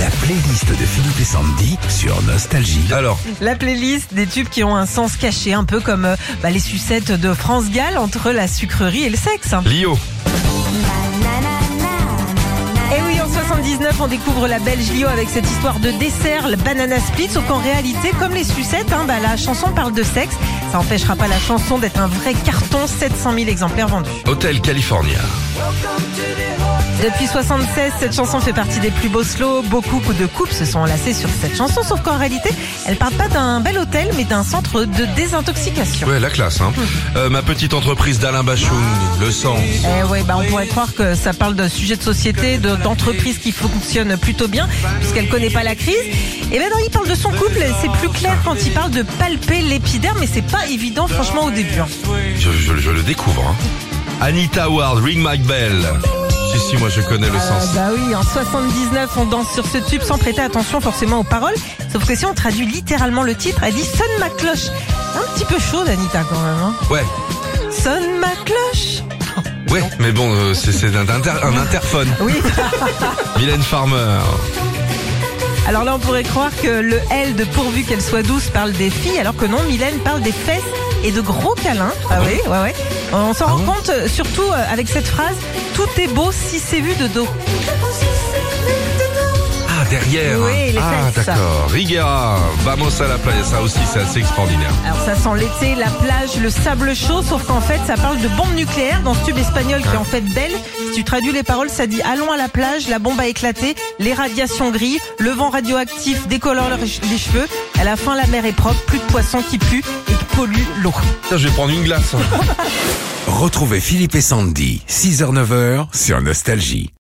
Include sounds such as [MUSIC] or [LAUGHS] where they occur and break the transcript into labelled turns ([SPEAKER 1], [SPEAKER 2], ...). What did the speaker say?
[SPEAKER 1] La playlist de Philippe et Sandy sur Nostalgie.
[SPEAKER 2] Alors,
[SPEAKER 3] La playlist des tubes qui ont un sens caché, un peu comme euh, bah, les sucettes de France Gall entre la sucrerie et le sexe. hein.
[SPEAKER 2] Lio,
[SPEAKER 3] Et Eh oui, en 79, on découvre la Belge Lio avec cette histoire de dessert, le banana split, sauf qu'en réalité, comme les sucettes, hein, bah, la chanson parle de sexe. Ça empêchera pas la chanson d'être un vrai carton, 700 000 exemplaires vendus.
[SPEAKER 2] Hotel California,
[SPEAKER 3] Depuis 76, cette chanson fait partie des plus beaux slows. Beaucoup de couples se sont enlacés sur cette chanson, sauf qu'en réalité, elle parle pas d'un bel hôtel, mais d'un centre de désintoxication.
[SPEAKER 2] ouais la classe. Hein. Euh, ma petite entreprise d'Alain Bachoun, le sens.
[SPEAKER 3] Eh ouais, bah on pourrait croire que ça parle d'un sujet de société, de- d'entreprise qui fonctionne plutôt bien, puisqu'elle connaît pas la crise. Et ben non, il parle de son couple, et c'est plus clair quand il parle de palper l'épiderme, mais c'est pas évident franchement au début. hein.
[SPEAKER 2] Je, je- je le découvre. hein. Anita Ward, Ring My Bell. Si si, moi je connais le
[SPEAKER 3] Ah
[SPEAKER 2] sens.
[SPEAKER 3] bah oui, en 79, on danse sur ce tube sans prêter attention forcément aux paroles, sauf que si on traduit littéralement le titre, elle dit sonne ma cloche. Un petit peu chaud, Anita, quand même. hein.
[SPEAKER 2] Ouais,
[SPEAKER 3] Sonne ma cloche.
[SPEAKER 2] ouais, mais bon, euh, c'est- c'est un, inter- un interphone.
[SPEAKER 3] Oui.
[SPEAKER 2] Mylène Farmer,
[SPEAKER 3] Alors là, on pourrait croire que le L de pourvu qu'elle soit douce parle des filles, alors que non, Mylène parle des fesses et de gros câlins. Ah oui, ouais, ouais. On s'en rend compte euh, surtout euh, avec cette phrase Tout est beau si c'est vu de dos.
[SPEAKER 2] ah derrière.
[SPEAKER 3] Oui, les
[SPEAKER 2] ah
[SPEAKER 3] fesses.
[SPEAKER 2] d'accord. Riguera, Vamos à la playa, ça aussi c'est assez extraordinaire.
[SPEAKER 3] Alors ça sent l'été, la plage, le sable chaud, sauf qu'en fait, ça parle de bombe nucléaire dans ce tube espagnol qui est en fait belle. Si tu traduis les paroles, ça dit Allons à la plage, la bombe a éclaté, les radiations grilles, le vent radioactif décolore leurs- les cheveux. À la fin, la mer est propre, plus de poissons qui puent et qui polluent l'eau.
[SPEAKER 2] Putain, je vais prendre
[SPEAKER 1] [LAUGHS]
[SPEAKER 2] une glace. hein.
[SPEAKER 1] Retrouvez Philippe et Sandy, 6h-9h sur Nostalgie.